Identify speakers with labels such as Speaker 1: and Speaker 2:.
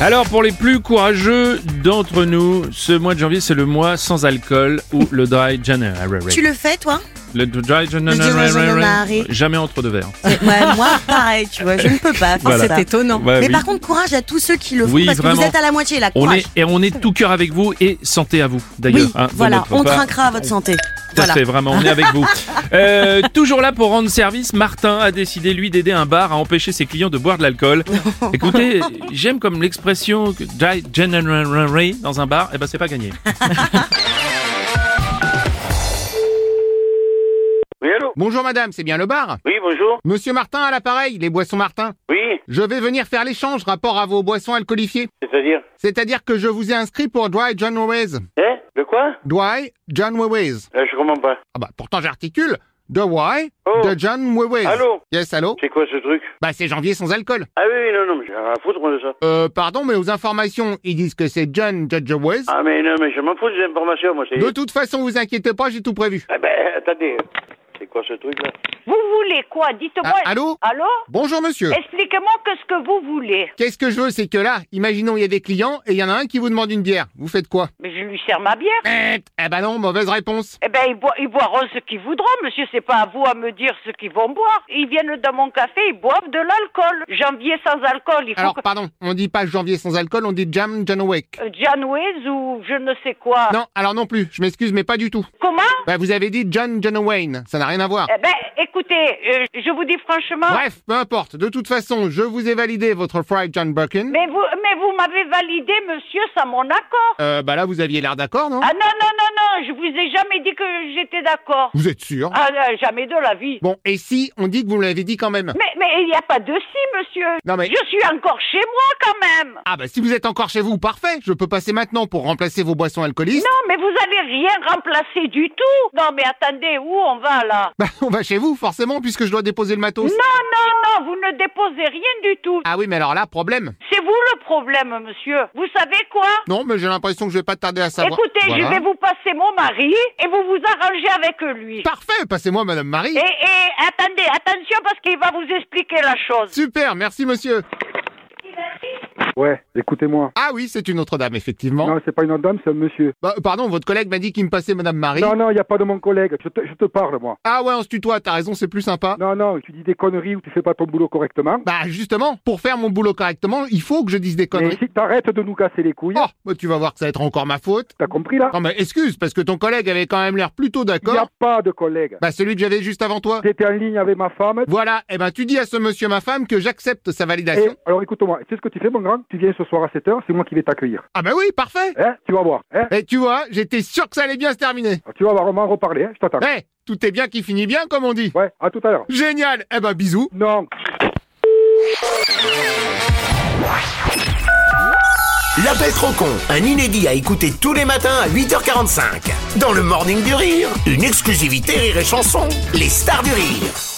Speaker 1: Alors pour les plus courageux d'entre nous, ce mois de janvier c'est le mois sans alcool ou le dry January.
Speaker 2: Tu le fais, toi
Speaker 1: Le dry January.
Speaker 2: January.
Speaker 1: Jamais entre deux verres.
Speaker 2: Ouais, Moi, pareil, tu vois, je ne peux pas faire
Speaker 1: Voilà.
Speaker 2: ça.
Speaker 1: C'est
Speaker 2: étonnant.
Speaker 1: Ouais,
Speaker 2: Mais
Speaker 1: oui.
Speaker 2: par contre, courage à tous ceux qui le font,
Speaker 1: Oui,
Speaker 2: parce que vous
Speaker 1: vraiment.
Speaker 2: êtes à la moitié, là,
Speaker 1: On
Speaker 2: courage.
Speaker 1: est et on est tout cœur avec vous et santé à vous d'ailleurs.
Speaker 2: Oui,
Speaker 1: hein, de
Speaker 2: voilà,
Speaker 1: notre
Speaker 2: on
Speaker 1: part.
Speaker 2: trinquera à votre santé.
Speaker 1: Tout à
Speaker 2: Voilà.
Speaker 1: fait, vraiment, on est avec vous. Euh, toujours là pour rendre service, Martin a décidé, lui, d'aider un bar à empêcher ses clients de boire de l'alcool. Écoutez, j'aime comme l'expression que dry January dans un bar, et ben c'est pas gagné.
Speaker 3: Oui, allô
Speaker 4: Bonjour madame, c'est bien le bar
Speaker 3: Oui, bonjour.
Speaker 4: Monsieur Martin à l'appareil, les boissons Martin.
Speaker 3: Oui,
Speaker 4: Je vais venir faire l'échange rapport à vos boissons alcoolifiées.
Speaker 3: c'est-à-dire
Speaker 4: C'est-à-dire que je vous ai inscrit pour Dry January.
Speaker 3: Hein De quoi
Speaker 4: Dry January.
Speaker 3: Là, je comprends pas.
Speaker 4: Ah bah pourtant j'articule. De why
Speaker 3: Oh.
Speaker 4: De January.
Speaker 3: Allô
Speaker 4: Yes, allô
Speaker 3: C'est quoi ce truc
Speaker 4: Bah c'est janvier sans alcool.
Speaker 3: Ah oui, oui, non, non, mais j'ai rien à foutre, moi, de ça.
Speaker 4: Euh, pardon, mais aux informations, ils disent que c'est John January.
Speaker 3: Ah, mais non, mais je m'en fous des informations, moi, c'est...
Speaker 4: De toute façon, vous inquiétez pas, j'ai tout prévu.
Speaker 3: Ah ben, attendez. C'est quoi ce truc-là
Speaker 5: Vous voulez quoi Dites-moi.
Speaker 4: Ah, allô
Speaker 5: Allô
Speaker 4: Bonjour monsieur.
Speaker 5: Expliquez-moi qu'est-ce que vous voulez.
Speaker 4: Qu'est-ce que je veux, c'est que là, imaginons il y a des clients et il y en a un qui vous demande une bière. Vous faites quoi
Speaker 5: Mais je lui sers ma bière.
Speaker 4: Eh ben non, mauvaise réponse.
Speaker 5: Eh ben, ils, boi- ils boiront ce qu'ils voudront, monsieur. C'est pas à vous à me dire ce qu'ils vont boire. Ils viennent dans mon café, ils boivent de l'alcool. Janvier sans alcool, il faut
Speaker 4: Alors
Speaker 5: que...
Speaker 4: pardon, on dit pas janvier sans alcool, on dit jam Janowek.
Speaker 5: Euh, Janouez ou je ne sais quoi.
Speaker 4: Non, alors non plus, je m'excuse, mais pas du tout.
Speaker 5: Comment
Speaker 4: Bah vous avez dit John Janowayne, ça n'a rien à voir.
Speaker 5: Eh ben, écoutez, euh, je vous dis franchement...
Speaker 4: Bref, peu importe, de toute façon, je vous ai validé votre fried John Birkin.
Speaker 5: Mais vous, mais vous m'avez validé, monsieur, sans mon accord.
Speaker 4: Euh, bah là, vous aviez l'air d'accord, non
Speaker 5: Ah non, non, non, non, je vous ai jamais dit que j'étais d'accord.
Speaker 4: Vous êtes sûr
Speaker 5: Ah, euh, jamais de la vie.
Speaker 4: Bon, et si on dit que vous me l'avez dit quand même
Speaker 5: Mais, mais il n'y a pas de si, monsieur.
Speaker 4: Non, mais-
Speaker 5: Je suis encore chez moi quand même.
Speaker 4: Ah bah si vous êtes encore chez vous, parfait, je peux passer maintenant pour remplacer vos boissons alcoolistes.
Speaker 5: Non, mais vous allez rien remplacer du tout. Non, mais attendez, où on va là
Speaker 4: Bah on va chez vous, forcément, puisque je dois déposer le matos.
Speaker 5: Non, non, non, vous ne déposez rien du tout.
Speaker 4: Ah oui, mais alors là, problème.
Speaker 5: C'est vous le problème, monsieur. Vous savez quoi
Speaker 4: Non, mais j'ai l'impression que je vais pas tarder à savoir.
Speaker 5: Écoutez,
Speaker 4: Voilà.
Speaker 5: je vais vous passer mon mari et vous vous arrangez avec lui.
Speaker 4: Parfait, passez-moi Madame Marie.
Speaker 5: Et, et attendez, attention parce qu'il va vous expliquer la chose.
Speaker 4: Super, merci monsieur.
Speaker 6: Ouais, écoutez-moi.
Speaker 4: Ah oui, c'est une autre dame, effectivement.
Speaker 6: Non, c'est pas une autre dame, c'est un monsieur.
Speaker 4: Bah, pardon, votre collègue m'a dit qu'il me passait Madame Marie.
Speaker 6: Non, non, il n'y a pas de mon collègue. Je te, je te parle, moi.
Speaker 4: Ah ouais, on se tutoie, t'as raison, c'est plus sympa.
Speaker 6: Non, non, tu dis des conneries ou tu fais pas ton boulot correctement.
Speaker 4: Bah justement, pour faire mon boulot correctement, il faut que je dise des
Speaker 6: Mais
Speaker 4: conneries.
Speaker 6: si t'arrêtes de nous casser les couilles,
Speaker 4: Oh, bah, tu vas voir que ça va être encore ma faute.
Speaker 6: t'as compris là
Speaker 4: Non mais excuse, parce que ton collègue avait quand même l'air plutôt
Speaker 6: Il n'y a
Speaker 4: d'accord.
Speaker 6: pas de collègue.
Speaker 4: Bah celui que j'avais juste avant toi.
Speaker 6: T'étais en ligne avec ma femme.
Speaker 4: Voilà, eh ben tu dis à ce monsieur ma femme que j'accepte sa
Speaker 6: Et,
Speaker 4: validation.
Speaker 6: alors écoute-moi, tu sais ce que tu fais, mon grand Tu viens ce soir à 7h, c'est moi qui vais t'accueillir.
Speaker 4: Ah bah oui, parfait.
Speaker 6: Hein Tu vas voir. Hein
Speaker 4: Et tu vois, j'étais sûr que ça allait bien se terminer.
Speaker 6: tu vas voir, on va en reparler. Hein je t'attends.
Speaker 4: Eh, tout est bien qui finit bien comme on dit.
Speaker 6: Ouais, à tout à l'heure.
Speaker 4: Génial. Eh ben bisous.
Speaker 6: Non.
Speaker 7: L'appel trop con, un inédit à écouter tous les matins à 8h45. Dans le Morning du Rire, une exclusivité Rire et Chanson, les stars du rire.